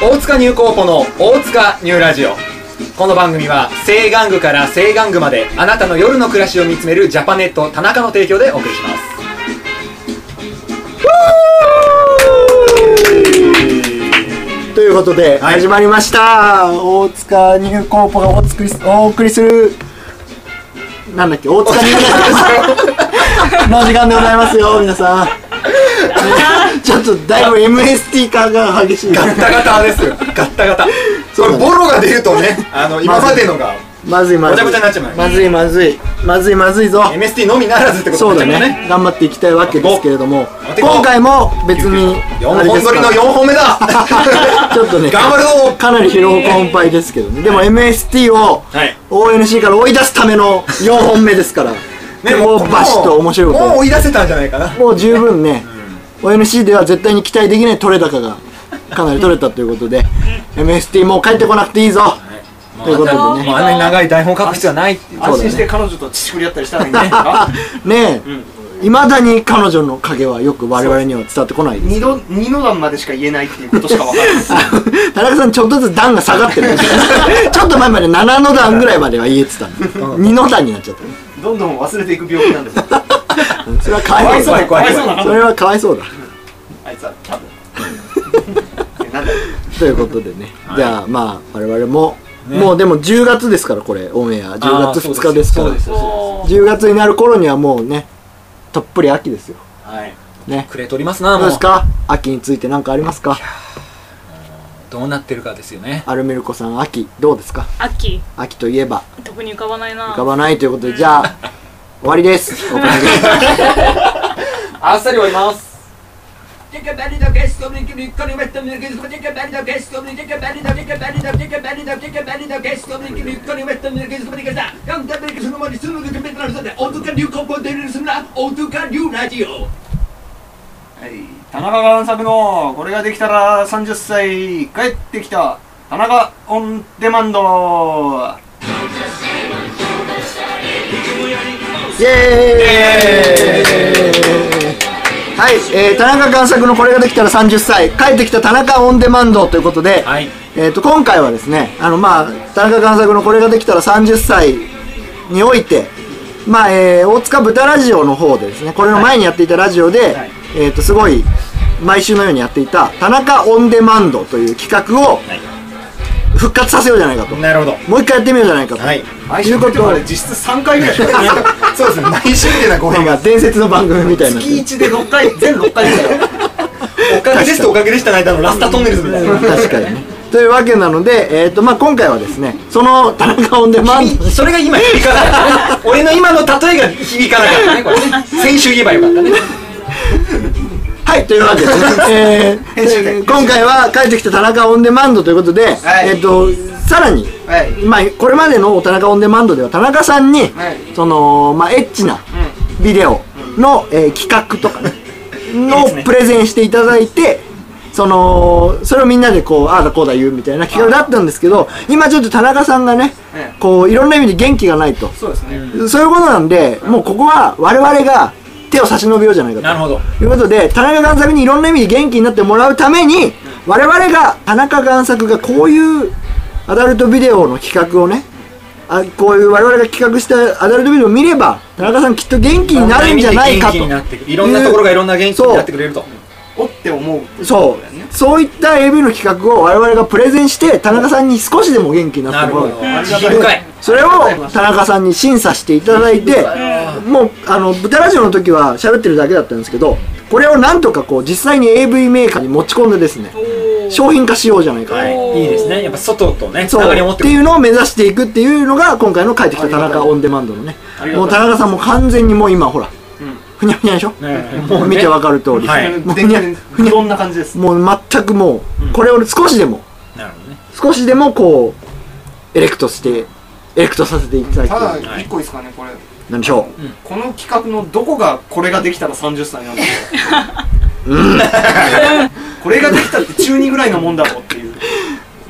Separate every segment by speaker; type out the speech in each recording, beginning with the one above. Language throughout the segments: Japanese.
Speaker 1: 大塚ニューコーポの大塚ニューラジオこの番組は西岸区から西岸区まであなたの夜の暮らしを見つめるジャパネット田中の提供でお送りします
Speaker 2: ということで
Speaker 1: はい
Speaker 2: 始まりました、大塚ニューコーポがお作りお送りするなんだっけ大塚ニューコ ーポの時間でございますよ皆 さんちょっとだいぶ MST 感が激しい
Speaker 1: ガッタガタですよガッタガタそ
Speaker 2: そう
Speaker 1: れ
Speaker 2: だね
Speaker 1: ボロが出るとねあの今までのが
Speaker 2: まずいまずい
Speaker 1: ごちゃごちゃになっちゃう
Speaker 2: まずいまずいまずいまずいぞ
Speaker 1: MST のみならずってこと
Speaker 2: そう
Speaker 1: にな
Speaker 2: だ
Speaker 1: っちゃうから
Speaker 2: ね頑張っていきたいわけですけれども
Speaker 1: 待て
Speaker 2: 今回も別にあ
Speaker 1: 4
Speaker 2: れで
Speaker 1: 本
Speaker 2: すか
Speaker 1: 撮りの4本目だ
Speaker 2: ちょっとね
Speaker 1: 頑張るぞ
Speaker 2: かなり広報本杯ですけどねでも MST を
Speaker 1: はい
Speaker 2: ONC から追い出すための4本目で すからねもうバシッと面白いこ
Speaker 1: もうもう
Speaker 2: と
Speaker 1: 追い出せたんじゃないかな
Speaker 2: もう十分ね ONC では絶対に期待できない取れ高がかなり取れたということで MST もう帰ってこなくていいぞということで
Speaker 1: もう
Speaker 2: ね
Speaker 1: あんなに長い台本書く必要はないっていう
Speaker 3: 安心して彼女と乳繰り合ったりしたらいいんじゃないです か
Speaker 2: ねえいまだに彼女の影はよく我々には伝わってこないです
Speaker 3: 二度二の段までしか言えないっていうことしかわからないです
Speaker 2: 田中さんちょっとずつ段が下がってる ちょっと前まで7の段ぐらいまでは言えてたのに2の段になっちゃったね
Speaker 3: どんどん忘れていく病気なんですよ
Speaker 2: それはかわいそうだ
Speaker 1: かわいそう
Speaker 3: かわいそ
Speaker 1: だ
Speaker 3: うだ
Speaker 2: それはかわいそうだ
Speaker 3: あいつは多分えなんだ
Speaker 2: ということでね、じゃあまあ我々も、もうでも10月ですからこれオンエア10月2日ですから
Speaker 1: そうですよそうで
Speaker 2: 10月になる頃にはもうねたっぷり秋ですよ
Speaker 1: すはい
Speaker 2: ね
Speaker 1: くれとりますな
Speaker 2: どう
Speaker 1: もう
Speaker 2: ですか秋について何かありますか
Speaker 1: どうなってるかですよね
Speaker 2: アルミルコさん秋どうですか
Speaker 4: 秋
Speaker 2: 秋といえば
Speaker 4: 特に浮かばないな
Speaker 2: 浮かばないということでじゃあ終わりですオープニング
Speaker 1: あっさり終わります
Speaker 5: Take a belly dog, guess, come and give me, come and wet them, guess, take a belly dog, guess, come and take a belly dog, take a belly dog, take a belly dog, take a belly dog, guess, come and give me, come and wet them, guess, come and guess, young double, guess, no money, soon, look at me, now, so that, old to can you come for the reason, old to can you radio.
Speaker 3: はい田中がサブのこれができたら30歳帰ってきた田中オンデマンド
Speaker 2: イエーイはい、えー、田中贋作のこれができたら30歳帰ってきた田中オンデマンドということで、
Speaker 1: はい
Speaker 2: えー、と今回はですねあの、まあ、田中贋作のこれができたら30歳において、まあえー大塚豚ラジオの方でですねこれの前にやっていたラジオで、
Speaker 3: はい
Speaker 2: えー、とすごい毎週のようにやっていた田中オンデマンドという企画を復活させようじゃないかと、
Speaker 1: なるほど
Speaker 2: もう一回やってみようじゃないかと、
Speaker 1: はい
Speaker 3: 毎
Speaker 2: い
Speaker 3: 週
Speaker 2: う
Speaker 3: こ
Speaker 2: ことと
Speaker 3: まで実質3回ぐらいしかやってない
Speaker 1: そうですね毎週っていうのは語弊
Speaker 2: なん
Speaker 1: が
Speaker 2: か伝説の番組みたいになってる
Speaker 3: 月一で6回全6回ですよ
Speaker 1: おかげですとおかげでしたの間のラスタトンネルズみたいな
Speaker 2: 確かにねというわけなので、えーとまあ、今回はですねその田中オンデマンド
Speaker 1: それが今響かなか ったね俺の今の例えが響かなかったねこれね先週言えばよかったね
Speaker 2: はいというわけで、えー
Speaker 3: 編集点
Speaker 2: 今回は帰ってきた田中オンデマンドということで、
Speaker 3: はい
Speaker 2: えー、とさらに、
Speaker 3: はい
Speaker 2: まあ、これまでの田中オンデマンドでは田中さんに、
Speaker 3: はい
Speaker 2: その、まあ、エッチなビデオの、えー企画とかねのプレゼンしていただいてそのそれをみんなでこうああだこうだ言うみたいな企画だったんですけど今ちょっと田中さんがね
Speaker 3: ええ
Speaker 2: こういろんな意味で元気がないと
Speaker 3: そうですね
Speaker 2: そういうことなんで、もうここは我々が手を差し伸べようじゃないかと。
Speaker 1: なるほど
Speaker 2: ということで、田中贋作にいろんな意味で元気になってもらうために、我々が、田中贋作がこういうアダルトビデオの企画をね、あこういう我々が企画したアダルトビデオを見れば、田中さんきっと元気になるんじゃないかと。
Speaker 1: 元気になってくいろんなところがいろんな元気になってくれると
Speaker 3: おって思う
Speaker 2: そう。そういった AV の企画を我々がプレゼンして、田中さんに少しでも元気になってもらう。
Speaker 1: あり
Speaker 3: りがたい
Speaker 1: 深い
Speaker 2: それを田中さんに審査していただいてもうあの豚ラジオの時は喋ってるだけだったんですけどこれをなんとかこう実際に AV メーカーに持ち込んでですね商品化しようじゃないかと
Speaker 1: はいいいですねやっぱ外とねつ
Speaker 2: そ
Speaker 1: ながりを
Speaker 2: う
Speaker 1: 持っ
Speaker 2: ってて
Speaker 1: く
Speaker 2: い
Speaker 1: る
Speaker 2: うのを目指していくっていうのが今回の帰ってきた田中オンデマンドのね
Speaker 3: ありが
Speaker 2: も
Speaker 3: と
Speaker 2: う
Speaker 3: う
Speaker 2: 田中さんも完全にもう今ほら
Speaker 3: ん
Speaker 2: ふにゃふにゃでしょ
Speaker 1: ねえ
Speaker 2: もう見てわかる通り
Speaker 1: はい
Speaker 2: もう
Speaker 3: 全然いろんな感じです
Speaker 2: もう全くもうこれを少しでも
Speaker 1: なるほどね
Speaker 2: 少しでもこうエレクトしてエレクトさせていただ
Speaker 3: ただ
Speaker 2: きたい
Speaker 3: 1個いいですかねこれ
Speaker 2: 何でしょ
Speaker 3: この企画のどこがこれができたら30歳 なんだろうこれができたって中2ぐらいのもんだろうっていう
Speaker 2: う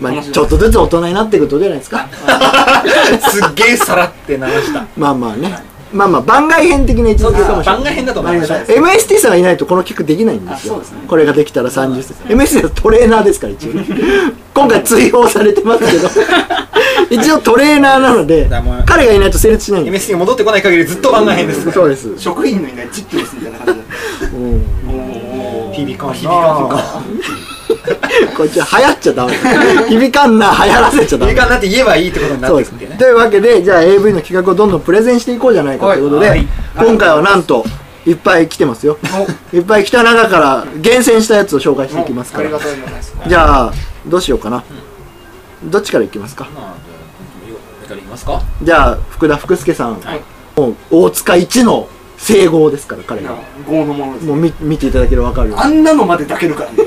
Speaker 2: まあちょっとずつ大人になっていくことじゃないですか
Speaker 1: すっげえさらって流した
Speaker 2: まあまあね、まあまあ番外編的な位置づけかもしれない
Speaker 1: 番外編だと思います
Speaker 2: 番外編 MST さんがいないとこの企画できないんですよ
Speaker 4: あそうですね
Speaker 2: これができたら30歳 MST さんトレーナーですから一応ね今回追放されてますけど一応トレーナーなので
Speaker 1: だからもう
Speaker 2: 彼がいないと成立しないんです
Speaker 1: MST に戻ってこない限りずっと番外編です
Speaker 2: そうです、う
Speaker 4: 職員のいないチップレスみたいな感じで
Speaker 2: ん、
Speaker 4: おお
Speaker 1: 響かんな
Speaker 4: 響か
Speaker 2: こっちは流行っちゃダメ響かんな流行らせちゃダ
Speaker 1: 響
Speaker 2: メ
Speaker 1: かんなって言えばいいってことにな
Speaker 2: そ
Speaker 1: っ
Speaker 2: う
Speaker 1: てく
Speaker 2: です
Speaker 1: んだよね
Speaker 2: というわけでじゃあ AV の企画をどんどんプレゼンしていこうじゃないかということで、
Speaker 1: はい
Speaker 2: 今回はなんといっぱい来てますよいっぱい来た中から厳選したやつを紹介していきますか
Speaker 4: ありが
Speaker 2: ら
Speaker 4: たいじゃないですか
Speaker 2: じゃあどうしようかな、どっちからいきますか
Speaker 1: まあじゃあ上からいきますか
Speaker 2: じゃあ福田福助さん、
Speaker 4: はい
Speaker 2: もう大塚一の整合ですから彼が
Speaker 4: 豪のものです
Speaker 2: もう見見ていただければ分かるよ
Speaker 4: あんなのまで抱けるからね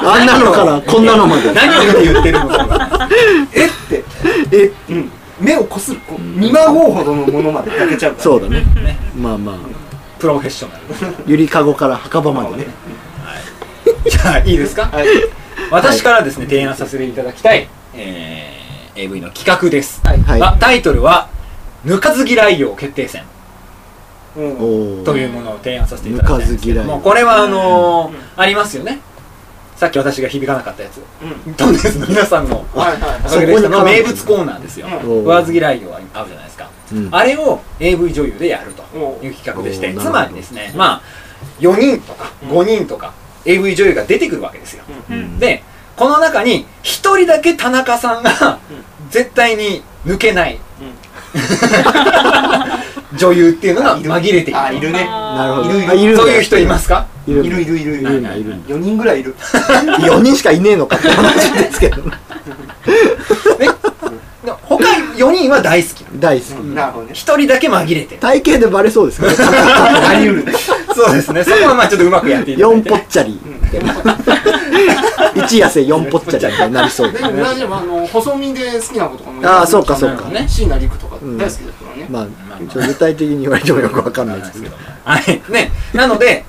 Speaker 2: あんなのからこんなのまで
Speaker 1: 何を言って言ってるのか
Speaker 4: えって
Speaker 2: え
Speaker 4: うん目をこするこう見まごうほどのものまで抱けちゃうから
Speaker 2: そうだねまあまあ
Speaker 1: プロフェッショナル
Speaker 2: ゆりかごから墓場までね
Speaker 1: じゃあいいですか
Speaker 4: はい
Speaker 1: 私からですね提案させていただきたい、えー、AV の企画です、
Speaker 2: はい
Speaker 1: まあタイトルは「ぬかず嫌い王決定戦
Speaker 4: うん
Speaker 2: お」
Speaker 1: という
Speaker 2: の
Speaker 1: ものを提案させていただきたいんですけど
Speaker 2: ぬかず嫌い王
Speaker 1: もうこれはあのーありますよねさっき私が響かなかったやつトンネルズの皆さんの
Speaker 4: はいはい
Speaker 1: お
Speaker 4: は
Speaker 1: かげでしたの名物コーナーですよ
Speaker 4: うん
Speaker 1: 食わず嫌い王あるじゃないですか
Speaker 2: うん
Speaker 1: あれを AV 女優でやると
Speaker 4: うん
Speaker 1: いう企画でして
Speaker 2: おー
Speaker 1: つまりですねまあ4人とか5人とか AV 女優が出てくるわけですよ
Speaker 2: うん
Speaker 1: でこの中に1人だけ田中さんが絶対に抜けない 女優っていうのが紛れている
Speaker 4: あいるね
Speaker 2: なるほど
Speaker 4: いるいる
Speaker 2: あいるんだ
Speaker 1: そういう人いますか
Speaker 2: い
Speaker 4: い
Speaker 2: る
Speaker 4: るいるいるい
Speaker 2: いるんだいるん
Speaker 4: 4人ぐらいいる
Speaker 2: 4人しかいねえのかって話ですけ どね
Speaker 1: で他4人は大好き
Speaker 2: 大好き
Speaker 4: なるほどね
Speaker 1: 1人だけ紛れてる
Speaker 2: 体型でバレそうですから
Speaker 4: あり得るね
Speaker 1: そうですねそこはまあちょっとうまくやっていただい
Speaker 2: 4
Speaker 1: て
Speaker 2: ぽっちゃり一痩せ4ぽっちゃりみたいになりそう
Speaker 6: でも大丈夫あの細身で好きな子とかもいる
Speaker 2: ああそうかそう
Speaker 1: なるほ
Speaker 2: か
Speaker 1: どね
Speaker 6: 椎名陸とか大好きだからね、
Speaker 2: まあちょっと具体的に言われてもよくわかんないですけど
Speaker 1: はい。 ね。なので、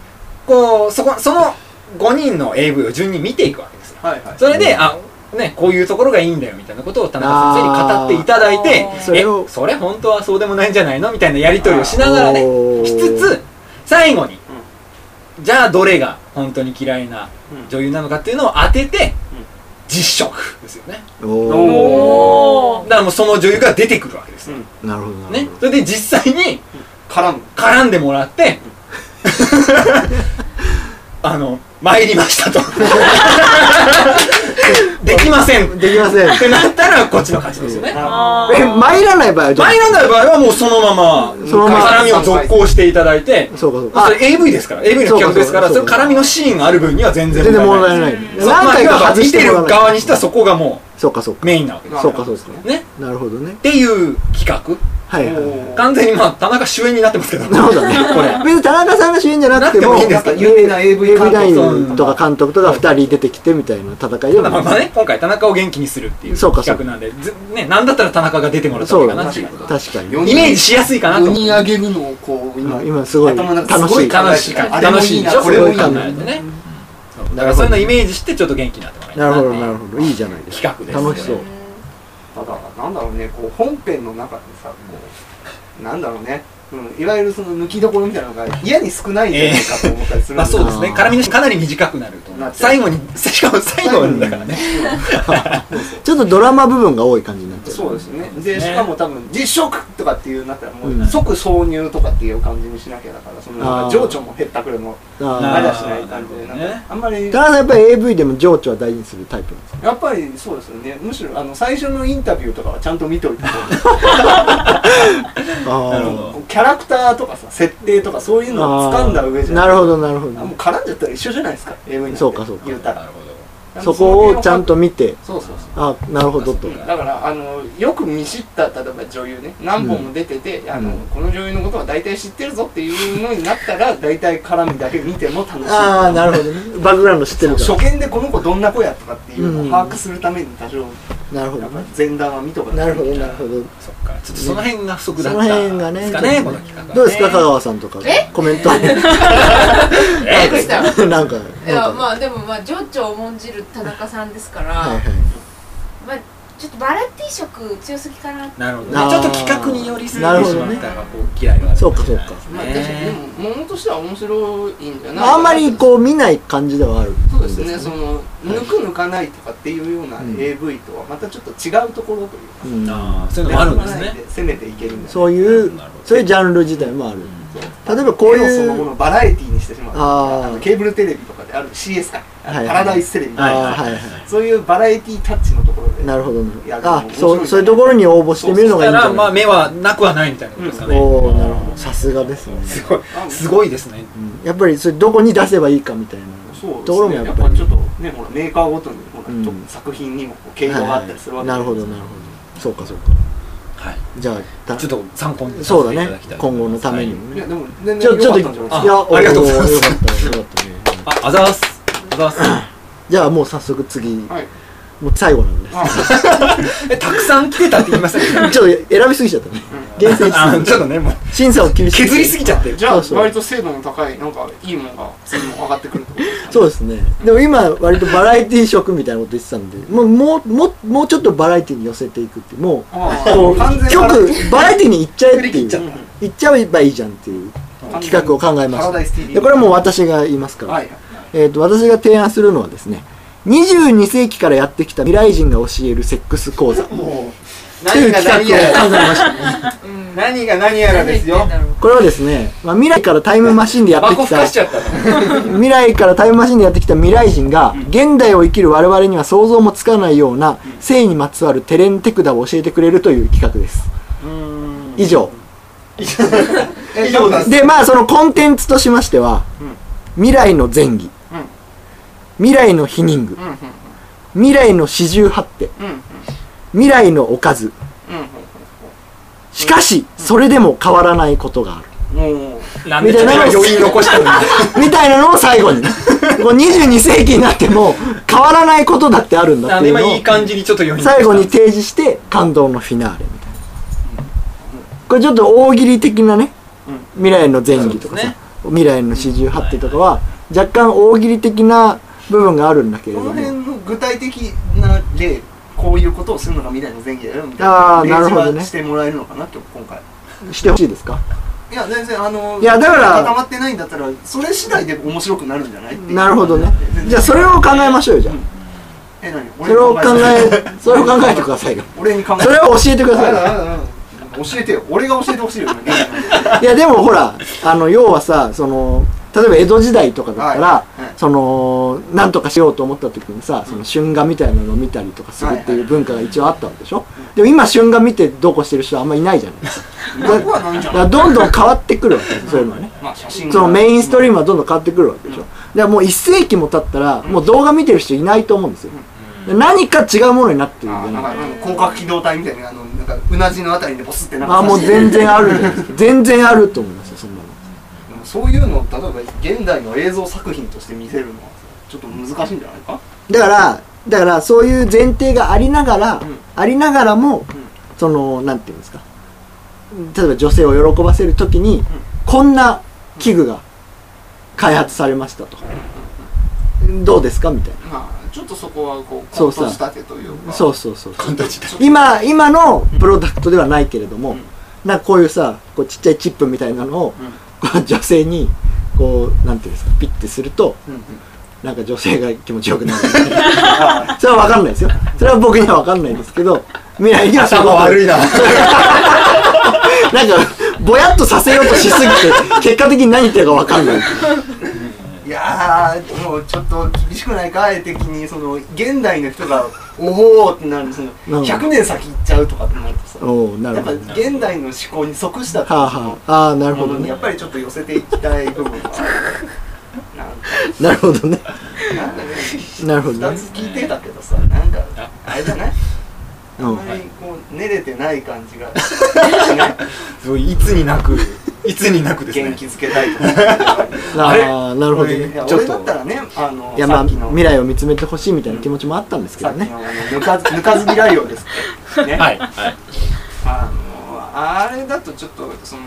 Speaker 1: こう、そこ、その5人の AV を順に見ていくわけですよ。
Speaker 4: はいはい
Speaker 1: それで、あ、ね、こういうところがいいんだよみたいなことを田中先生に語っていただいて
Speaker 2: あー、それを
Speaker 1: え、それ本当はそうでもないんじゃないのみたいなやり取りをしながらね
Speaker 2: おー、
Speaker 1: しつつ、最後に、じゃあどれが本当に嫌いな女優なのかっていうのを当てて、実食ですよね。
Speaker 2: おお
Speaker 1: だからもうその女優が出てくるわけですよ。
Speaker 2: なるほどなる
Speaker 1: ね
Speaker 2: ほ。
Speaker 1: それで実際に、
Speaker 4: 絡む
Speaker 1: 絡んでもら って、あの、参りましたと。 できません。
Speaker 2: どできません
Speaker 1: ってなったら、こっちの勝ちですよね。
Speaker 2: え参らない場合はじゃあ
Speaker 1: 参らない場合はもうそのまま、
Speaker 2: そのまま
Speaker 1: 絡みを続行していただいて、
Speaker 2: そうかそうか
Speaker 1: それ AV ですから、AV の企画ですから、そ
Speaker 2: そ
Speaker 1: れ
Speaker 2: うかそうか
Speaker 1: 絡みのシーンがある分には全然
Speaker 2: 全然問
Speaker 1: 問題
Speaker 2: 題
Speaker 1: ない。
Speaker 2: ない
Speaker 1: そうまあ
Speaker 2: 何回か外して
Speaker 1: 見て
Speaker 2: もら
Speaker 1: る
Speaker 2: わない
Speaker 1: 側にしてはそこがも
Speaker 2: そうかそう
Speaker 1: う
Speaker 2: か
Speaker 1: メインなわけですよ。
Speaker 2: そうかそうか
Speaker 1: ね。
Speaker 2: なるほどね
Speaker 1: っていう企画。
Speaker 2: はいはいはい
Speaker 1: 完全にまあ、田中主演になってますけど。
Speaker 2: そう だね。
Speaker 1: これ。
Speaker 2: 別に田中さんが主演じゃなくても、
Speaker 1: なくてもいいんですか
Speaker 4: 有名な AV 監督
Speaker 2: ダインとか監督とか2人出てきてみたいな戦いで
Speaker 1: ただ
Speaker 2: も
Speaker 1: まあまあね、今回田中を元気にするっていう
Speaker 2: そうか
Speaker 1: 企画なんで、ずね、なんだったら田中が出てもらった方
Speaker 2: そう
Speaker 1: がいいか
Speaker 2: だ
Speaker 1: な
Speaker 2: ね
Speaker 1: っていう。
Speaker 2: 確かに
Speaker 6: 四人
Speaker 1: イメージしやすいかなと
Speaker 6: 4
Speaker 1: 思う。
Speaker 6: 人あげるのをこう今
Speaker 2: あ今すごい
Speaker 4: 頭の
Speaker 2: 楽
Speaker 4: 中すご
Speaker 2: しい
Speaker 4: い
Speaker 1: 楽しいから。
Speaker 6: あれも
Speaker 1: 楽
Speaker 6: い
Speaker 1: しい
Speaker 6: い
Speaker 1: で
Speaker 6: な
Speaker 1: しょこれを
Speaker 2: すご
Speaker 1: 考
Speaker 2: い考え
Speaker 1: えてね。そうだからそういうのイメージしてちょっと元気になってもらいたい
Speaker 2: なるほどな
Speaker 1: る
Speaker 2: るほどいいじゃないですか
Speaker 1: 企画ですね
Speaker 2: 楽しそう
Speaker 4: ただなんだろうねこう本編の中でさこうなんだろうね、うん、いわゆるその抜きどころみたいなのが嫌に少ないんじゃないかと思ったりするん
Speaker 1: まあ
Speaker 4: だけ
Speaker 1: そ
Speaker 4: ど
Speaker 1: うですね。絡みのシーンかなり短くなると思う
Speaker 4: なっちゃう
Speaker 1: 最後に、 しかも最後にだからね。
Speaker 2: ちょっとドラマ部分が多い感じになっちゃう
Speaker 4: そうですねで
Speaker 1: ね
Speaker 4: しかも多分実食とかっていうなったらも
Speaker 2: うん
Speaker 4: う即挿入とかっていう感じにしなきゃだからそのなん
Speaker 2: あー
Speaker 4: か情緒も減ったくれも
Speaker 1: な
Speaker 4: あ
Speaker 1: るほど
Speaker 2: あ
Speaker 4: れだしない感じでなん
Speaker 1: なる
Speaker 4: かあんまり
Speaker 2: ー田中さんやっぱり AV でも情緒は大事にするタイプなんですか
Speaker 4: やっぱりそうですよねむしろあの最初のインタビューとかはちゃんと見ておいた方
Speaker 2: あ
Speaker 4: が
Speaker 1: なるほ
Speaker 2: ー
Speaker 1: ど。
Speaker 4: キャラクターとかさ設定とかそういうのを掴んだ上じゃ
Speaker 2: なる
Speaker 4: ほ
Speaker 2: ほどなるほ
Speaker 4: どもう
Speaker 2: ど
Speaker 4: 絡んじゃったら一緒じゃないですか AV なんて
Speaker 2: そうかそうか
Speaker 4: 言うた
Speaker 1: な
Speaker 4: ら
Speaker 1: るほど
Speaker 2: そこをちゃんと見て
Speaker 4: そうそうそ
Speaker 2: あなるほどと
Speaker 4: うだからあのよく見知った例えば女優ね何本も出てて、あの
Speaker 2: うん
Speaker 4: この女優のことは大体知ってるぞっていうのになったら大体絡みだけ見ても楽しい
Speaker 2: ああなるほどねバックグラウンド知ってるか
Speaker 4: 初見でこの子どんな子やとかっていうのを把握するために多少
Speaker 2: らなるほど
Speaker 4: やっぱ
Speaker 2: ね
Speaker 4: り前段は見とか
Speaker 2: なるほどなるほど
Speaker 1: そっか。ちょっとその辺が不足
Speaker 2: そ
Speaker 1: だっ
Speaker 2: の
Speaker 1: た。
Speaker 2: 辺が
Speaker 1: で
Speaker 2: ね
Speaker 1: すかね、
Speaker 2: ちょ
Speaker 1: こ
Speaker 2: っ
Speaker 1: の
Speaker 2: とね
Speaker 1: 企画はね。
Speaker 2: どうですか香川さんとか
Speaker 7: え
Speaker 2: コメント
Speaker 7: えどうした
Speaker 2: なんか なんか
Speaker 7: いやまあでもまあ情緒を重んじる田中さんですから、
Speaker 2: はいはい
Speaker 7: まあちょっとバラエティ色強すぎかな
Speaker 1: なるほどね
Speaker 2: あー
Speaker 1: ちょっと企画によりすぎて
Speaker 2: なるほ
Speaker 1: し
Speaker 2: ど
Speaker 1: ま
Speaker 2: ね
Speaker 1: ったこう嫌いはある
Speaker 2: そうかそうか
Speaker 4: まあ確かにで
Speaker 1: ね
Speaker 4: も物としては面白いんじゃないかな
Speaker 2: あんまりこう見ない感じではあるん
Speaker 4: そうですねそ
Speaker 2: ね
Speaker 4: の抜く抜かないとかっていうような
Speaker 2: うん
Speaker 4: AV とはまたちょっと違うところというか
Speaker 2: うん
Speaker 1: ああそういうのもあるんですね
Speaker 4: で攻めていけるんだ
Speaker 2: そういうそういうジャンル自体もある例えばこう
Speaker 4: 絵をそ
Speaker 2: い
Speaker 4: のも
Speaker 2: う
Speaker 4: のをバラエティにしてしまう
Speaker 2: あー
Speaker 4: あのケーブルテレビとかである CS か、あの
Speaker 2: はい
Speaker 4: パラダイステレビとか、
Speaker 1: はい
Speaker 2: ああはいはい
Speaker 4: そういうバラエティタッチのところで
Speaker 2: なるほどね
Speaker 4: いやでも
Speaker 2: あ
Speaker 4: 面白い
Speaker 2: そうそういうところに応募してみる
Speaker 1: だ
Speaker 2: のがいい
Speaker 1: か
Speaker 2: んじゃ
Speaker 1: らま
Speaker 2: な
Speaker 1: あ
Speaker 2: い
Speaker 1: 目はなくはないみたいなことですかね
Speaker 2: おおなるほどさすがですね
Speaker 1: すごい すごいですね
Speaker 2: うんやっぱりそれどこに出せばいいかみたいな
Speaker 4: そうですね
Speaker 2: ところもやっぱり
Speaker 4: やっぱちょっとねほらメーカーごとにほら、
Speaker 2: うん
Speaker 4: ちょっと作品にもこう系統があったりするわけ
Speaker 2: はいはいなるほどなるほどそうかそうか
Speaker 1: はい
Speaker 2: じゃあだ
Speaker 1: ちょっと参考にさ
Speaker 2: そう
Speaker 1: せ
Speaker 2: だ
Speaker 1: ていた
Speaker 2: ね
Speaker 1: だきたいと
Speaker 2: 今
Speaker 1: 思い
Speaker 2: 後の
Speaker 1: ます
Speaker 2: ためにも
Speaker 4: いや
Speaker 2: ね
Speaker 4: でも全
Speaker 2: ち
Speaker 4: 然
Speaker 2: ょ
Speaker 4: 良
Speaker 2: ちょ
Speaker 4: か
Speaker 2: っと
Speaker 4: ったんじゃないです
Speaker 2: い
Speaker 4: か
Speaker 2: や
Speaker 1: ありがとうございます
Speaker 2: おーよかったよかったねうん
Speaker 1: はいああざますあざます
Speaker 2: じゃあもう早速次も
Speaker 4: はい、
Speaker 2: う最後なんで
Speaker 4: あ
Speaker 1: えたくさん来てたって言いましたけど
Speaker 2: ちょっと選びすぎちゃったね厳選し
Speaker 1: あの
Speaker 2: す
Speaker 1: ちょ
Speaker 2: ぎ
Speaker 1: っとねもう
Speaker 2: 審査を厳し
Speaker 1: 削りすぎちゃってる
Speaker 4: じゃあ
Speaker 2: そうそう
Speaker 4: 割と精度の高いなんかいいものが次も上がってくるってことですか、
Speaker 2: そうですねでも今割とバラエティ色みたいなこと言ってたんでもうもうもうもうちょっとバラエティに寄せていくっていうもう
Speaker 4: ああ
Speaker 2: こう
Speaker 4: 完全に
Speaker 2: 局バラエティに行っちゃえって
Speaker 1: 振り切
Speaker 2: い
Speaker 1: っちゃ
Speaker 2: う
Speaker 1: っ
Speaker 2: 行っちゃえばいいじゃんっていう企画を考えま
Speaker 4: パラダイ
Speaker 2: し
Speaker 4: ス
Speaker 2: た
Speaker 4: TV
Speaker 2: でこれはもう私が言いますから、
Speaker 4: はい
Speaker 2: えー、と私が提案するのはですね22世紀からやってきた未来人が教えるセックス講座とい
Speaker 8: 何
Speaker 2: う
Speaker 8: が
Speaker 2: 企画を
Speaker 8: 何やら
Speaker 2: 考えました
Speaker 8: 何が何やらですよ
Speaker 2: これはですね、まあ、未来からタイムマシンでや
Speaker 1: タバ
Speaker 2: って
Speaker 1: コ
Speaker 2: き
Speaker 1: 吹
Speaker 2: た
Speaker 1: かしちゃったの
Speaker 2: 未来からタイムマシンでやってきた未来人が現代を生きる我々には想像もつかないような性にまつわるテレンテクダを教えてくれるという企画です以上
Speaker 4: えどうだ
Speaker 2: でまあそのコンテンツとしましては、未来の前儀、
Speaker 4: ん
Speaker 2: 未来の避妊具、
Speaker 4: うんうん
Speaker 2: 未来の四十八手
Speaker 4: うん
Speaker 2: 未来のおかず
Speaker 4: う
Speaker 2: しかしそれでも変わらないことがある
Speaker 4: んうんもう
Speaker 1: なんで君は余韻残したのに
Speaker 2: みたいなのを最後 にこう22世紀になっても変わらないことだってあるんだ
Speaker 1: あ
Speaker 2: って
Speaker 1: の今
Speaker 2: いうの
Speaker 1: い
Speaker 2: を
Speaker 1: い感じにちょっと余韻
Speaker 2: 最後に提示して感動のフィナーレみたいなこれちょっと大喜利的なね未来の前儀と
Speaker 1: そう
Speaker 2: か
Speaker 1: です
Speaker 2: さ、
Speaker 1: ね
Speaker 2: 未来の四十八手とかは若干大喜利的な部分があるんだけれ
Speaker 4: こ
Speaker 2: ど
Speaker 4: の
Speaker 2: も
Speaker 4: 辺の具体的な例こういうことをするのが未来の前期だよみたいな
Speaker 2: あーなるほどね
Speaker 4: 例示はしてもらえるのかなって今回
Speaker 2: してほしいですか
Speaker 4: いや全然あの
Speaker 2: いやだから
Speaker 4: 固まってないんだったらそれ次第で面白くなるんじゃないっていう
Speaker 2: なるほどねじゃあそれを考えましょうよじゃあ
Speaker 4: え何
Speaker 2: それを考
Speaker 4: て
Speaker 2: えそれを考えてくださいよ
Speaker 4: 俺に考え
Speaker 2: それを教えてくださいよ
Speaker 4: 教えてよ俺が教えてほしいよね
Speaker 2: いやでもほらあの要はさその例えば江戸時代とかだったら、
Speaker 4: はいはい
Speaker 2: そのなんとかしようと思った時にさその春画みたいなのを見たりとかするって
Speaker 4: はい
Speaker 2: い
Speaker 4: は
Speaker 2: う文化が一応あったわけでしょ、でも今春画見てどうこうしてる人はあんまいないじゃないですか
Speaker 4: なくはないんじ
Speaker 2: だ
Speaker 4: ゃ
Speaker 2: か
Speaker 4: な
Speaker 2: ら
Speaker 4: い
Speaker 2: どんどん変わってくるわけですそういうのはね
Speaker 4: まあ写真が
Speaker 2: そのメインストリームはどんどん変わってくるわけでしょ、だからもう1世紀も経ったらもう動画見てる人いないと思うんですよ、で何か違うものになってるん
Speaker 4: あ
Speaker 2: じ
Speaker 4: ー
Speaker 2: ゃな
Speaker 4: ないんかあの広角機動隊みたいなあのなんかうなじのあたりでボスってなんか
Speaker 2: あもう全然あるじゃないですか全然あると思いますよそんなの
Speaker 4: でもそういうのを例えば現代の映像作品として見せるのはちょっと難しいんじゃないか
Speaker 2: だからだからそういう前提がありながら、
Speaker 4: ん
Speaker 2: ありながらも、そのなんていうんですか例えば女性を喜ばせるときに、こんな器具が開発されましたと、どうですかみたい
Speaker 4: まあちょっとそこはこう
Speaker 2: そ
Speaker 4: コ
Speaker 2: う
Speaker 4: ン
Speaker 2: さ
Speaker 4: ト仕立てという
Speaker 2: な
Speaker 4: か
Speaker 2: そうそうそう
Speaker 4: ちょっと
Speaker 2: 今今のプロダクトではないけれども、
Speaker 4: ん
Speaker 2: なんかこういうさこうちっちゃいチップみたいなのを、こう女性にこうなんていうんですかピッてすると、
Speaker 4: うんうん
Speaker 2: なんか女性が気持ちよ くなるそれは分かんないですよそれは僕には分かんないですけど未来にはそ
Speaker 1: 頭悪いな
Speaker 2: なんかぼやっとさせようとしすぎて結果的に何言ってるか分かんない
Speaker 4: いやーもうちょっと厳しくないか絵的にその現代の人がおおってなるその
Speaker 2: うん
Speaker 4: 100年先行っちゃうとかってなるとさ
Speaker 2: おおな
Speaker 4: や
Speaker 2: る
Speaker 4: っぱ
Speaker 2: ほど
Speaker 4: 現代の思考に即した
Speaker 2: はあはあああーなる
Speaker 4: も
Speaker 2: ほど
Speaker 4: のにや
Speaker 2: ね
Speaker 4: っぱりちょっと寄せていきたい部分があるなんか
Speaker 2: なるほどね
Speaker 4: なんだね
Speaker 2: なるほど
Speaker 4: 2
Speaker 2: ね
Speaker 4: つ聞いてたけどさなんかあれじゃないあ
Speaker 2: うん
Speaker 4: んまりこう練れてない感 じが
Speaker 1: すごいいつになくいつになくですね
Speaker 4: 元気づけたいと思って
Speaker 2: ああなるほどね
Speaker 4: いや
Speaker 2: ちょっ
Speaker 4: 俺だった
Speaker 2: と
Speaker 4: らねあの
Speaker 2: いやま
Speaker 4: さ
Speaker 2: あ
Speaker 4: っきの
Speaker 2: 未来を見つめてほしいみたいな気持ちもあったんですけ
Speaker 4: さ
Speaker 2: ど
Speaker 4: っきの
Speaker 2: ね
Speaker 4: あのぬかずぬかず嫌いようですけどね
Speaker 1: はいはい
Speaker 4: あのあれだとちょっとその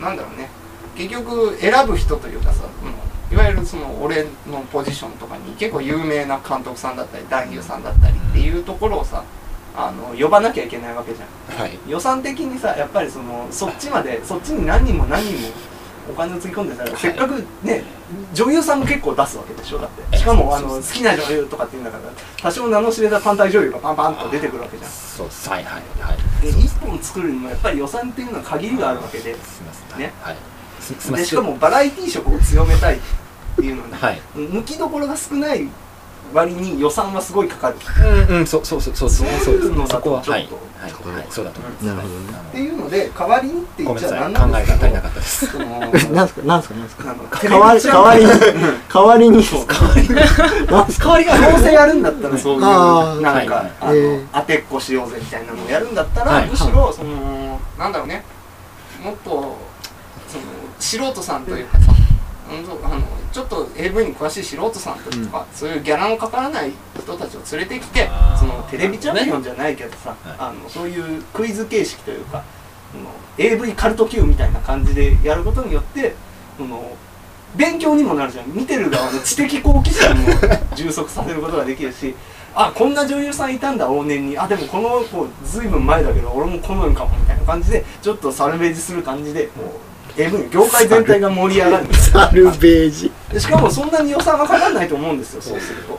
Speaker 4: なんだろうね結局選ぶ人というかさ、うんいわゆるその俺のポジションとかに結構有名な監督さんだったり男優さんだったりっていうところをさあの呼ばなきゃいけないわけじゃん
Speaker 1: はい
Speaker 4: 予算的にさやっぱりそのそっちまでそっちに何人も何人もお金をつぎ込んでたら、せっかくね女優さんも結構出すわけでしょだってしかもあの好きな女優とかっていうんだから多少名の知れた単体女優がパンパンと出てくるわけじゃん
Speaker 1: そうですはいはいはい
Speaker 4: で1本作るにもやっぱり予算っていうのは限りがあるわけです
Speaker 1: いません
Speaker 4: ね
Speaker 1: はいすすいませ
Speaker 4: で
Speaker 1: ん
Speaker 4: しかもバラエティー色を強めたいっていうのね
Speaker 1: はい
Speaker 4: 抜きどころが少ない割に予算はすごいかかるっ
Speaker 1: うんうんそうそうそうそうですね
Speaker 4: そういう
Speaker 1: です
Speaker 4: のだと
Speaker 1: そこは
Speaker 4: ちょっと
Speaker 1: はいはいはいそうだと思います
Speaker 2: なるほどね
Speaker 4: ていうので代わりにって
Speaker 1: あのごめん
Speaker 4: 言っち
Speaker 1: な
Speaker 4: ゃ
Speaker 1: さい
Speaker 4: 何
Speaker 1: 考
Speaker 4: な
Speaker 1: え
Speaker 4: ん
Speaker 1: が
Speaker 4: です
Speaker 1: 足
Speaker 4: け
Speaker 1: り
Speaker 4: ど
Speaker 1: なかったです
Speaker 4: そ の
Speaker 2: なんすかなんすかなんすか
Speaker 4: あの
Speaker 2: 代わり代わりに代わりになんすか
Speaker 4: 代わりがどうせやるんだったらそういう
Speaker 2: あ
Speaker 4: な
Speaker 2: ー
Speaker 4: んか、
Speaker 1: はい
Speaker 4: あの
Speaker 2: えー
Speaker 4: 当てっこしようぜみたいなのをやるんだったら、
Speaker 1: はい
Speaker 4: むしろそのなんだろうねもっとその素人さんというかさうんとあのちょっと AV に詳しい素人さんとか、そういうギャラのかからない人たちを連れてきて
Speaker 1: あー
Speaker 4: そのテレビチャンピオンじゃないけどさ、
Speaker 1: ね
Speaker 4: あのそういうクイズ形式というかその AV カルト Q みたいな感じでやることによってその勉強にもなるじゃん見てる側の知的好奇心も充足させることができるしあこんな女優さんいたんだ往年にあでもこの子ずいぶん前だけど俺も好みかもみたいな感じでちょっとサルベージする感じでもう AV の業界全体が盛り上がるみたいな
Speaker 2: サルベージ
Speaker 4: でしかもそんなに予算はかかんないと思うんですよそうすると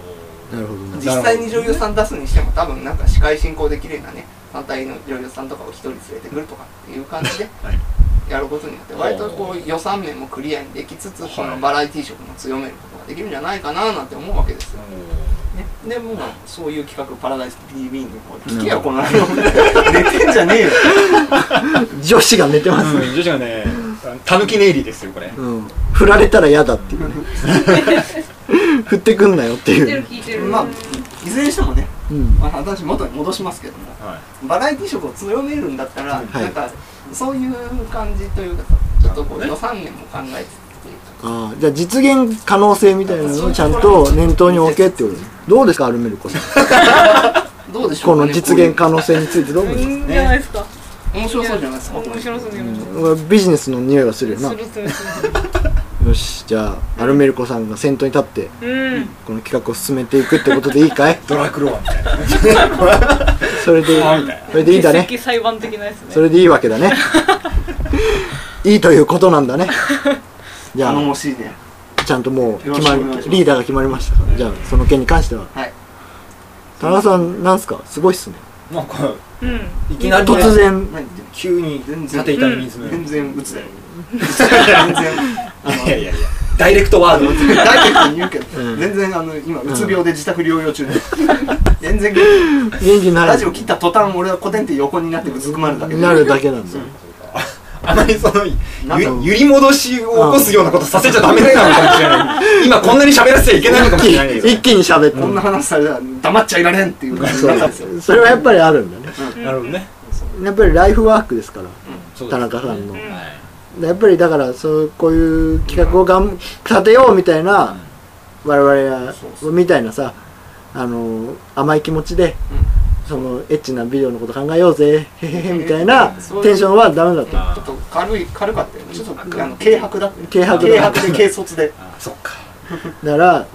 Speaker 2: なるほどね
Speaker 4: 実際に女優さん出すにしても多分なんか司会進行できるようなね反対の女優さんとかを一人連れてくるとかっていう感じでやることによって割とこう予算面もクリアにできつつこのバラエティー色も強めることができるんじゃないかななんて思うわけですよ、ね、でもうそういう企画パラダイス TV にこ う聞けよこの野郎寝てんじゃねえよ
Speaker 2: 女子が寝てますね
Speaker 1: うん女子がねたぬきネイリーですよこれ
Speaker 2: うん振られたら嫌だっていうね 振ってくんなよって
Speaker 7: 聞いて
Speaker 2: い
Speaker 7: る
Speaker 2: う
Speaker 7: 聞いてる
Speaker 4: まあいずれにしてもね、
Speaker 2: うん
Speaker 4: まあ、私元に戻しますけども
Speaker 1: は
Speaker 4: バラエティ色を強めるんだったら、
Speaker 2: はい
Speaker 4: なんかそういう感じというかさちょっとこう予算面も考えつつっていうか
Speaker 2: ああじゃあ実現可能性みたいなのをちゃんと念頭に置けってことねどうですかアルメルコさん
Speaker 4: どうでしょ
Speaker 2: こ
Speaker 4: うか、
Speaker 2: の
Speaker 4: ね、
Speaker 2: 実現可能性についてどう思いま
Speaker 9: いいんじゃないですか
Speaker 4: こういう面白そうじゃないですか
Speaker 9: 面白そうに言うの
Speaker 2: すかビジネスの匂いがするよな
Speaker 9: するするす
Speaker 2: よしじゃあアルメルコさんが先頭に立って
Speaker 9: るうん
Speaker 2: この企画を進めていくってことでいいか い
Speaker 1: いドラクロワみたいな
Speaker 2: それでそれでいいんだね
Speaker 9: 実績裁判的なやつね
Speaker 2: それでいいわけだ ねいいということなんだねじゃ
Speaker 4: 頼も
Speaker 2: あ
Speaker 4: しいね
Speaker 2: ちゃんともう決ま
Speaker 4: よろしくお
Speaker 2: り
Speaker 4: 願いします
Speaker 2: リーダーが決まりましたからじゃあその件に関しては
Speaker 4: はい
Speaker 2: 田中さんなんすかすごいっすね
Speaker 1: なんか
Speaker 9: うん
Speaker 1: いきなりね
Speaker 2: 突然
Speaker 4: 何言ってんの
Speaker 1: 急に
Speaker 4: 全然
Speaker 1: 縦板に水のよう
Speaker 4: 全
Speaker 1: に
Speaker 4: 然鬱だ よ全然あの
Speaker 1: いやいやいやダイレクトワード
Speaker 4: ダイレクトに言うけど、
Speaker 2: うん
Speaker 4: 全然あの今うつ病で自宅療養中 で、全然
Speaker 2: 元気にな
Speaker 4: ラジオ
Speaker 2: る
Speaker 4: 切った途端俺はコテンって横になってうずくまるだけで
Speaker 2: なるだけなんだよ
Speaker 1: あまりそのゆ
Speaker 4: なんか
Speaker 1: 揺り戻しを起こすようなことさせちゃダメなのかもしれない今こんなに喋らせちゃいけないのかもしれないけど
Speaker 2: 一気に喋って
Speaker 4: こんな話されたら黙っちゃいられんっていう感じになったんですよ
Speaker 2: そうそれはやっぱりあるんだね
Speaker 1: なるほどね
Speaker 2: やっぱりライフワークですから
Speaker 1: そう
Speaker 2: 田中さんの
Speaker 1: はい
Speaker 2: やっぱりだからそうこういう企画をがん立てようみたいな我々やみたいなさあの甘い気持ちで、そのエッチなビデオのこと考えようぜへへへみたいな
Speaker 4: そういう
Speaker 2: テンションはダメだと
Speaker 4: ちょっと軽い軽かったよねちょっとあの軽薄だったよね
Speaker 2: 軽薄
Speaker 4: 軽
Speaker 2: だ
Speaker 4: 薄で軽率で
Speaker 1: あそっか
Speaker 2: だから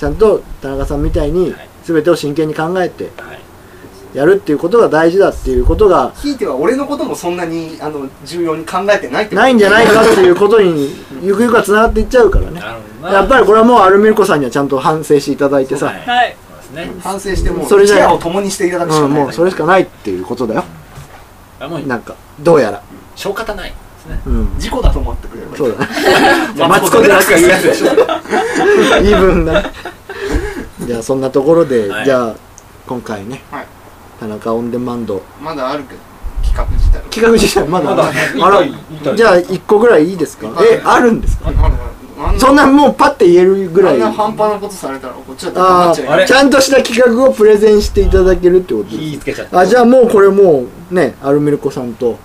Speaker 2: ちゃんと田中さんみたい
Speaker 1: は
Speaker 2: に
Speaker 1: い
Speaker 2: 全てを真剣に考えて
Speaker 1: はい
Speaker 2: やるっていうことが大事だっていうことが
Speaker 4: ひいては俺のこともそんなにあの重要に考えてないってこと
Speaker 2: ないんじゃないかっていうことにゆくゆくはつながっていっちゃうからね
Speaker 1: なるほどな
Speaker 2: やっぱりこれはもうアルミルコさんにはちゃんと反省していただいてさ
Speaker 1: はい
Speaker 9: はい
Speaker 1: そうですね
Speaker 4: 反省してもう
Speaker 2: それじゃ
Speaker 4: 視野を共にしていただくし
Speaker 2: う
Speaker 4: か
Speaker 2: ん、
Speaker 4: ない、
Speaker 2: もうそれしかないっていうことだよ
Speaker 1: あもう
Speaker 2: なんかどうやら
Speaker 1: しょうがないですね
Speaker 2: うん
Speaker 4: 事故だと思ってくれればいい
Speaker 2: そうだね
Speaker 1: マツコデラックスが言うやつでしょ
Speaker 2: 言い分だねじゃあそんなところで、
Speaker 1: はい
Speaker 2: じゃあ今回ね、
Speaker 4: はい
Speaker 2: 田中オンデマンド
Speaker 4: まだあるけど企画自体は
Speaker 2: 企画自体まだ
Speaker 1: まだ
Speaker 2: あら
Speaker 1: 痛い痛い
Speaker 2: じゃあ一個ぐらいいいですか
Speaker 4: はい
Speaker 2: えあるんですか
Speaker 4: まだあん
Speaker 2: そんなもうパッて言えるぐら
Speaker 4: あ
Speaker 2: い
Speaker 4: んな半端なことされたらこっちは黙
Speaker 2: あ
Speaker 4: っちゃいけ
Speaker 1: あ
Speaker 4: ない
Speaker 1: れ
Speaker 2: あちゃんとした企画をプレゼンしていただけるってことです
Speaker 1: 火つけちゃった
Speaker 2: あじゃあもうこれもうねアルミルコさんと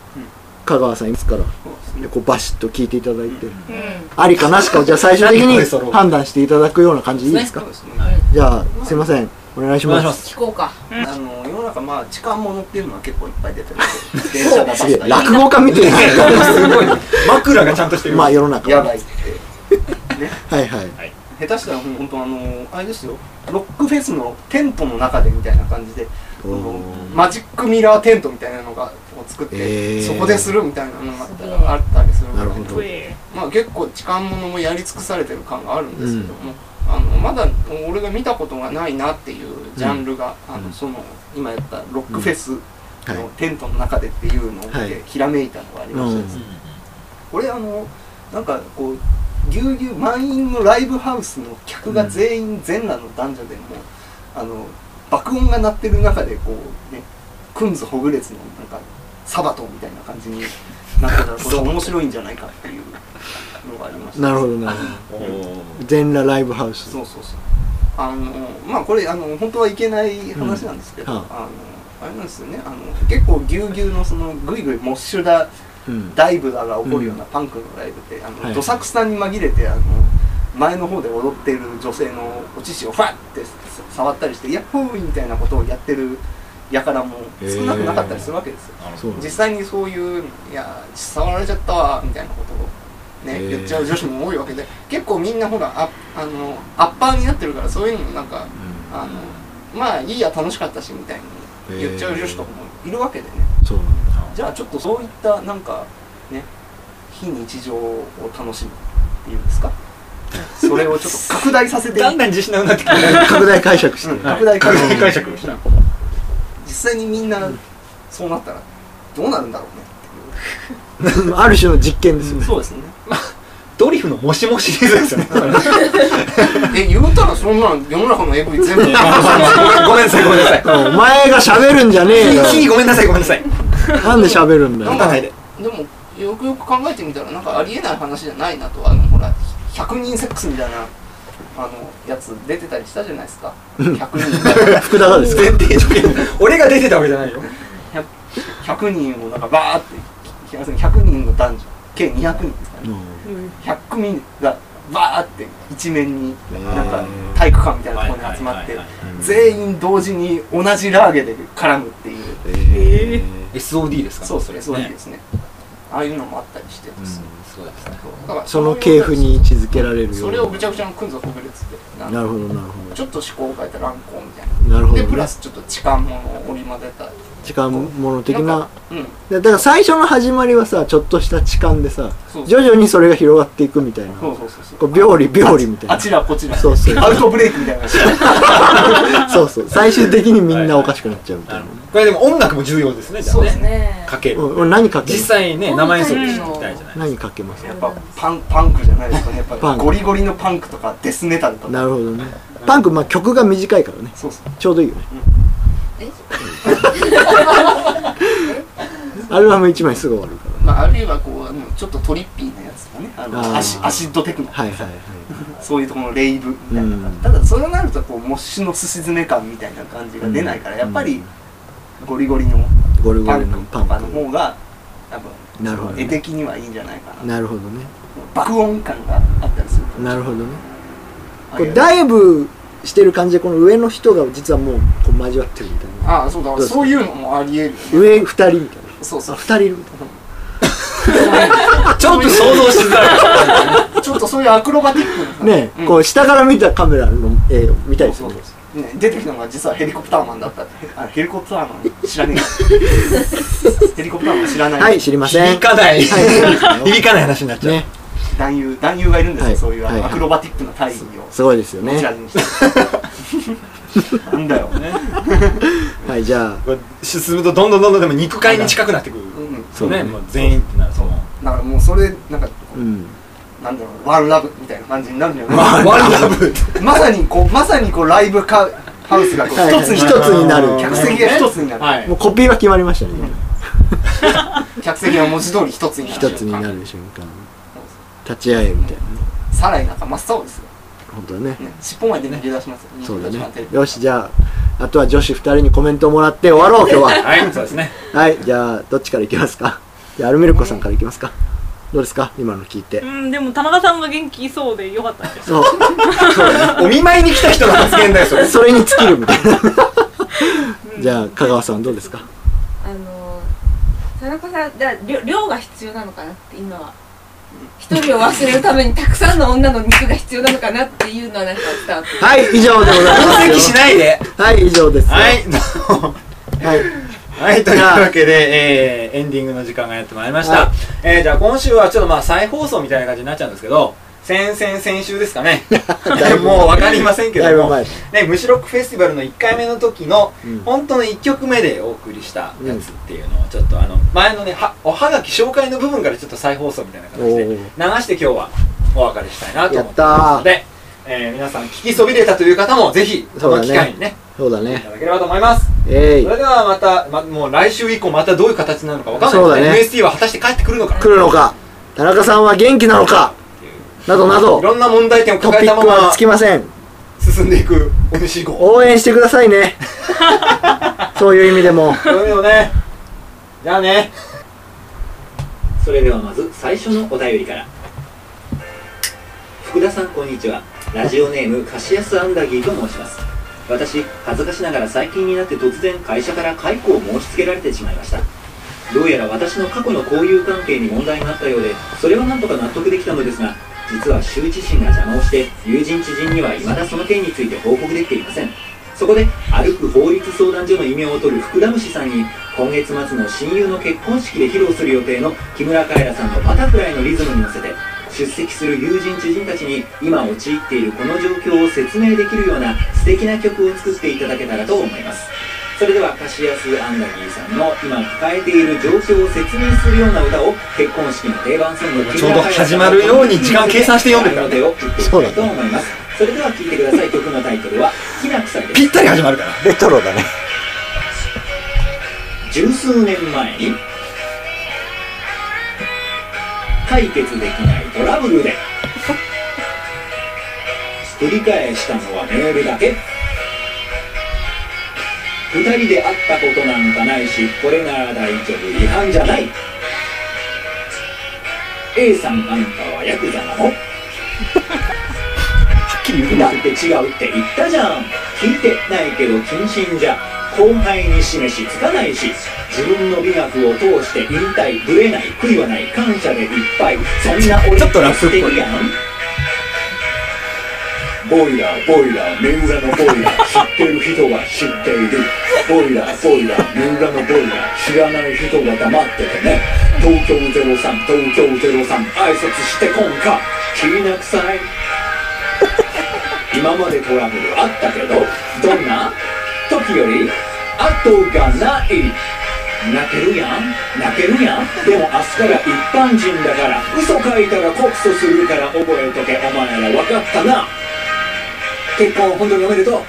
Speaker 2: 香川さんいますから
Speaker 4: そうですね
Speaker 2: でこうバシッと聞いていただいて、
Speaker 9: うん
Speaker 2: ありかなしかをじゃあ最終的
Speaker 1: 何これそ
Speaker 2: に
Speaker 1: ろ
Speaker 2: 判断していただくような感じでいいです
Speaker 4: そう
Speaker 2: か
Speaker 4: ですね
Speaker 2: じゃあすいませんお願いし
Speaker 1: お願
Speaker 2: ま
Speaker 1: いしますす
Speaker 7: 聞こうか
Speaker 4: あの世の中まあ痴漢物っていうのは結構いっぱい出てるんで電車だ
Speaker 2: す
Speaker 4: バ
Speaker 2: げえ
Speaker 4: スだ
Speaker 2: 落語家みたいな
Speaker 1: すごい枕がちゃんとしてる
Speaker 2: まあ世の中
Speaker 4: や
Speaker 2: は
Speaker 4: ばいって
Speaker 2: はいはい
Speaker 4: 下手したらほん本当あのあれですよロックフェスの店舗の中でみたいな感じで
Speaker 2: おー
Speaker 4: マジックミラーテントみたいなのがこう作って、
Speaker 2: えー
Speaker 4: そこでするみたいなのがあったらあったりするみた
Speaker 2: な
Speaker 4: い
Speaker 2: るほど
Speaker 9: え
Speaker 4: まあ、結構痴漢ものもやり尽くされてる感があるんですけども、あのまだ俺が見たことがないなっていうジャンルが、あ
Speaker 2: うん
Speaker 4: のその今やったロックフェス
Speaker 2: はい
Speaker 4: のテントの中でっていうのを見
Speaker 2: はい
Speaker 4: てひらめいたのがありましてですね、これあのなんかこうぎゅうぎゅう満員のライブハウスの客が全員全裸の男女でもうあの爆音が鳴ってる中でこうねくんずほぐれつのなんかサバトンみたいな感じになってたらこれは面白いんじゃないかっていうのがありました
Speaker 2: なるほどなるほ
Speaker 1: おー
Speaker 2: ど全裸ライブハウス
Speaker 4: そうそうそうあのまあこれあの本当はいけない話なんですけど、
Speaker 2: うんは
Speaker 4: あのあれなんですよねあの結構ぎゅうぎゅうのそのぐいぐいモッシュだ
Speaker 2: うん
Speaker 4: ダイブだが起こるようなパンクのライブって、あの
Speaker 2: はい
Speaker 4: どさくさに紛れてあの前の方で踊っている女性のお乳をファッて触ったりして「ヤッホー!」みたいなことをやってるやからも少なくなかったりするわけですよ、
Speaker 2: そうなん
Speaker 4: 実
Speaker 2: だ
Speaker 4: 際にそういう「いや触られちゃったわ」みたいなことを、
Speaker 2: へ
Speaker 4: ね
Speaker 2: ー
Speaker 4: 言っちゃう女子も多いわけで結構みんなほらああのアッパーになってるからそういうのもなんか
Speaker 2: うん
Speaker 4: あのまあいいや楽しかったしみたいに言っちゃう女子とかもいるわけでね、
Speaker 2: そうなんだ
Speaker 4: じゃあちょっとそういったなんかね非日常を楽しむっていうんですかそれをちょっと拡大させて
Speaker 1: だんだん自信なくなってきた
Speaker 2: 拡大解釈して
Speaker 4: うん拡大
Speaker 1: 拡
Speaker 4: 解
Speaker 1: 大
Speaker 4: 釈
Speaker 1: 解釈をした
Speaker 4: 実際にみんなそうなったらどうなるんだろうね
Speaker 2: ある種の実験ですよね
Speaker 4: そうですね
Speaker 1: ドリフのもしもシリーズですよね
Speaker 4: え言うたらそんなん世の中の AV 全部
Speaker 1: ごめんなさいごめんなさい
Speaker 2: お前が喋るんじゃねえよ
Speaker 1: キーごめんなさいごめんなさい
Speaker 2: なんで喋るんだ
Speaker 4: なん
Speaker 2: よ
Speaker 4: かねでもよくよく考えてみたらなんかありえない話じゃないなとあのほら100人セックスみたいなあのやつ出てたりしたじゃないですか100人
Speaker 2: 福田がですか
Speaker 1: 前提条件俺が出てたわけじゃないよ
Speaker 4: 100人をなんかバーって要するに100人の男女計200人ですかね100組がバーって一面になんか体育館みたいなところに集まって全員同時に同じラーゲで絡むっていう
Speaker 2: ええ
Speaker 1: SOD ですか
Speaker 4: そうそれそう
Speaker 1: ね
Speaker 4: ですねああいうのもあったりしてですね
Speaker 1: そうですね
Speaker 4: そうだから
Speaker 2: その系譜に位置づけられるような
Speaker 4: それをぐちゃぐちゃのくんぞほぐれつってなん
Speaker 2: な
Speaker 4: か
Speaker 2: るほどなる
Speaker 4: ちょっと思考を変えた乱行みたい
Speaker 2: ほどなるほど
Speaker 4: なでプ
Speaker 2: ね
Speaker 4: ラスちょっと痴漢ものを織り交ぜた
Speaker 2: 痴漢もの的
Speaker 4: な
Speaker 2: なん
Speaker 4: かうん
Speaker 2: でだから最初の始まりはさちょっとした痴漢でさ
Speaker 4: そう
Speaker 2: 徐々にそれが広がっていくみたいな
Speaker 4: そうそうそうそう
Speaker 2: こう病理病理みたい
Speaker 4: あ
Speaker 2: な
Speaker 4: ちらこちら
Speaker 2: そうそう
Speaker 4: アウトブレイクみたいな
Speaker 2: そうそう最終的にみんなおかしくなっちゃうみたいな
Speaker 1: これでも音楽も重要ですねじゃあ
Speaker 7: そうですね
Speaker 1: かける
Speaker 2: うん俺何かける
Speaker 1: 実際ね生演奏してみたいじゃない
Speaker 2: 何かけます
Speaker 4: やっぱパンパンクじゃないですかねやっ
Speaker 2: パ
Speaker 4: ぱ
Speaker 2: ン
Speaker 4: り
Speaker 2: ク
Speaker 4: ゴリゴリのパンクとかデスメタルとか
Speaker 2: なるほどねパンクまあ曲が短いからね
Speaker 4: そうそう
Speaker 2: ちょうどいいよね
Speaker 7: え
Speaker 2: アルバム1枚すぐ終わるから
Speaker 4: まああるいはこうあのちょっとトリッピーなやつとかねあの
Speaker 2: あー
Speaker 4: アシアシッドテクノとか
Speaker 2: は
Speaker 4: さ
Speaker 2: いはいはい
Speaker 4: そういうところのレイブみたいな感じ、
Speaker 2: うん
Speaker 4: ただそうなるとこうモッシュのすし詰め感みたいな感じが出ないから、やっぱりゴリゴリの
Speaker 2: ゴルゴ
Speaker 4: パ
Speaker 2: ル
Speaker 4: ン
Speaker 2: の
Speaker 4: ク
Speaker 2: パ
Speaker 4: と
Speaker 2: ン
Speaker 4: かの
Speaker 2: ク
Speaker 4: 方が多分
Speaker 2: なるほどね
Speaker 4: 絵的にはいいんじゃないかな
Speaker 2: なるほどね
Speaker 4: 爆音感があったりすると
Speaker 2: なるほどね
Speaker 4: あ
Speaker 2: こ
Speaker 4: り
Speaker 2: う
Speaker 4: がたい
Speaker 2: ダイブしてる感じでこの上の人が実はもうこう交わってるみたいな
Speaker 4: ああそうだ
Speaker 2: ですか
Speaker 4: そういうのもありえるよね
Speaker 2: 上2人みたいな
Speaker 4: そうそ
Speaker 2: あ
Speaker 4: う
Speaker 2: 2人いるみたい
Speaker 1: ちょっと想像しづらい
Speaker 4: ちょっとそういうアクロバティック
Speaker 2: なねえ、
Speaker 4: うん
Speaker 2: こう下から見たカメラの絵を見たいですよね
Speaker 4: ね、出てきたのが実はヘリコプターマンだったってあヘリコプターマン知らね えヘリコプターマン知らない、
Speaker 2: はい知りません
Speaker 1: 響かない
Speaker 2: はい
Speaker 1: 響かない話になっちゃう
Speaker 2: ね
Speaker 4: 男優男優がいるんですよ、
Speaker 2: はい
Speaker 4: そういうあの
Speaker 2: はい
Speaker 4: アクロバティックな大義を
Speaker 2: すごいですよ
Speaker 4: こちら
Speaker 2: ね
Speaker 4: にし てなんだよ、
Speaker 2: はいじゃあ
Speaker 1: これ進むとどんどんどんどんでも肉塊に近くなってくる
Speaker 4: うん、
Speaker 1: そうね
Speaker 2: そうね
Speaker 1: もう全員ってなるその
Speaker 4: だからもうそれなんか
Speaker 2: うん
Speaker 4: なんだろうワンラブみたいな感じになるんじゃな
Speaker 1: ワンラブ
Speaker 4: いまさにこうまさにこうライブカハウスがこう
Speaker 2: はい
Speaker 4: 一つに
Speaker 2: 一つになる
Speaker 4: 客席が一つになる、
Speaker 1: はい
Speaker 2: もうコピーは決まりましたね
Speaker 4: 客席が文字通り一つになる
Speaker 2: 一つになる瞬間立ち会えみたいなね
Speaker 4: さらになんか真っ青ですよ、
Speaker 2: 本当だね
Speaker 4: ね、尻尾まで逃げ出しますよ
Speaker 2: そうだ
Speaker 4: 逃げ出します
Speaker 2: ねよしじゃああとは女子2人にコメントをもらって終わろう今日 は
Speaker 1: はいそうですね
Speaker 2: はいじゃあどっちからいきますかじゃあアルミルコさんからいきますかどうですか今の聞いて
Speaker 9: うんでも田中さんが元気そうでよかったです
Speaker 2: そう
Speaker 1: お見舞いに来た人の発言だよ それ
Speaker 2: それに尽きるみたいな じゃあ香川さんどうですか
Speaker 7: あの田中さんだ量量が必要なのかなって今は一人を忘れるためにたくさんの女の肉が必要なのかなっていうのはなんか伝わって
Speaker 2: はい以上でござい
Speaker 1: 分
Speaker 2: ま
Speaker 1: 析
Speaker 2: す
Speaker 1: しないで
Speaker 2: はい以上です
Speaker 1: はいどうも
Speaker 2: はい。
Speaker 1: はい、というわけで、えーエンディングの時間がやってまいりました。
Speaker 2: は
Speaker 1: えーじゃあ今週はちょっとまあ再放送みたいな感じになっちゃうんですけど、先々先週ですか ね。もうわかりませんけ
Speaker 2: だい
Speaker 1: ど
Speaker 2: ぶ
Speaker 1: も、
Speaker 2: 前
Speaker 1: ね、むしろくフェスティバルの1回目の時の、
Speaker 2: うん
Speaker 1: 本当の1曲目でお送りしたやつっていうのを、ちょっとあの、前のね、はおはがき紹介の部分からちょっと再放送みたいな形で、
Speaker 2: お
Speaker 1: 流
Speaker 2: ー
Speaker 1: して今日はお別れしたいなと思って
Speaker 2: やったー
Speaker 1: ますので、えー皆さん聞きそびれたという方も、ぜひ、この機会にね、
Speaker 2: そうだ
Speaker 1: い
Speaker 2: ね。
Speaker 1: ただければと思います。
Speaker 2: えい
Speaker 1: そ。れではまた、ま、もう来週以降またどういう形になるのかわかんない
Speaker 2: そうだね
Speaker 1: MST は果たして帰ってくるのか
Speaker 2: 来るのか、田中さんは元気なのか、などないど、
Speaker 1: ろんな問題点を
Speaker 2: ト
Speaker 1: 抱
Speaker 2: ピ
Speaker 1: えた
Speaker 2: ッ
Speaker 1: ま
Speaker 2: クは
Speaker 1: ま
Speaker 2: つきません。
Speaker 1: 進んでいくお主号
Speaker 2: 応援してください ね。そういう意味でも。
Speaker 1: それではねじゃあねそれではまず最初のお便りから
Speaker 10: 福田さんこんにちはラジオネームカシアスアンダギーと申します私恥ずかしながら最近になって突然会社から解雇を申し付けられてしまいましたどうやら私の過去の交友関係に問題になったようでそれはなんとか納得できたのですが実は羞恥心が邪魔をして友人知人には未だその件について報告できていませんそこで歩く法律相談所の異名を取る福田虫さんに今月末の親友の結婚式で披露する予定の木村カエラさんのバタフライのリズムに乗せて出席する友人知人たちに今陥っているこの状況を説明できるような素敵な曲を作っていただけたらと思いますそれではカシアス・アンダギーさんの今抱えている状況を説明するような歌を結婚式の定番ソング
Speaker 1: ちょうど始まるように時間計算して読んでる
Speaker 10: る
Speaker 1: か
Speaker 10: の
Speaker 1: ら
Speaker 10: でを切っていきたいと思いますそれでは聴いてください曲のタイトルは「きな臭い」です
Speaker 1: ぴったり始まるから
Speaker 8: レトロだね
Speaker 10: 十数年前に解決できないトラブルで繰り返したのはメールだけ二人で会ったことなんかないしこれなら大丈夫違反じゃない A さんあんたはヤクザなのはっきり言うなって違うって言ったじゃん聞いてないけど謹慎じゃ後輩に示しつかないし自分の美学を通して引退ぶれない悔いはない感謝でいっぱいそんな俺
Speaker 1: ちょっとラップっぽい
Speaker 10: 素敵やんボイラーボイラー三浦のボイラー知ってる人は知っているボイラーボイラー三浦のボイラー知らない人は黙っててね東京03東京03挨拶してこんか気なくさい今までトラブルあったけどどんな時より後がない泣けるやん泣けるやんでも明日から一般人だから嘘書いたら告訴するから覚えとけお前ら分かったな結婚本当におめでとう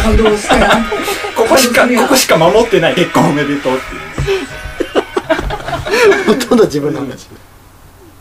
Speaker 10: 感動したよ
Speaker 1: ここしかここしか守ってない結婚おめでとうっていう
Speaker 2: ほとんど自分の話。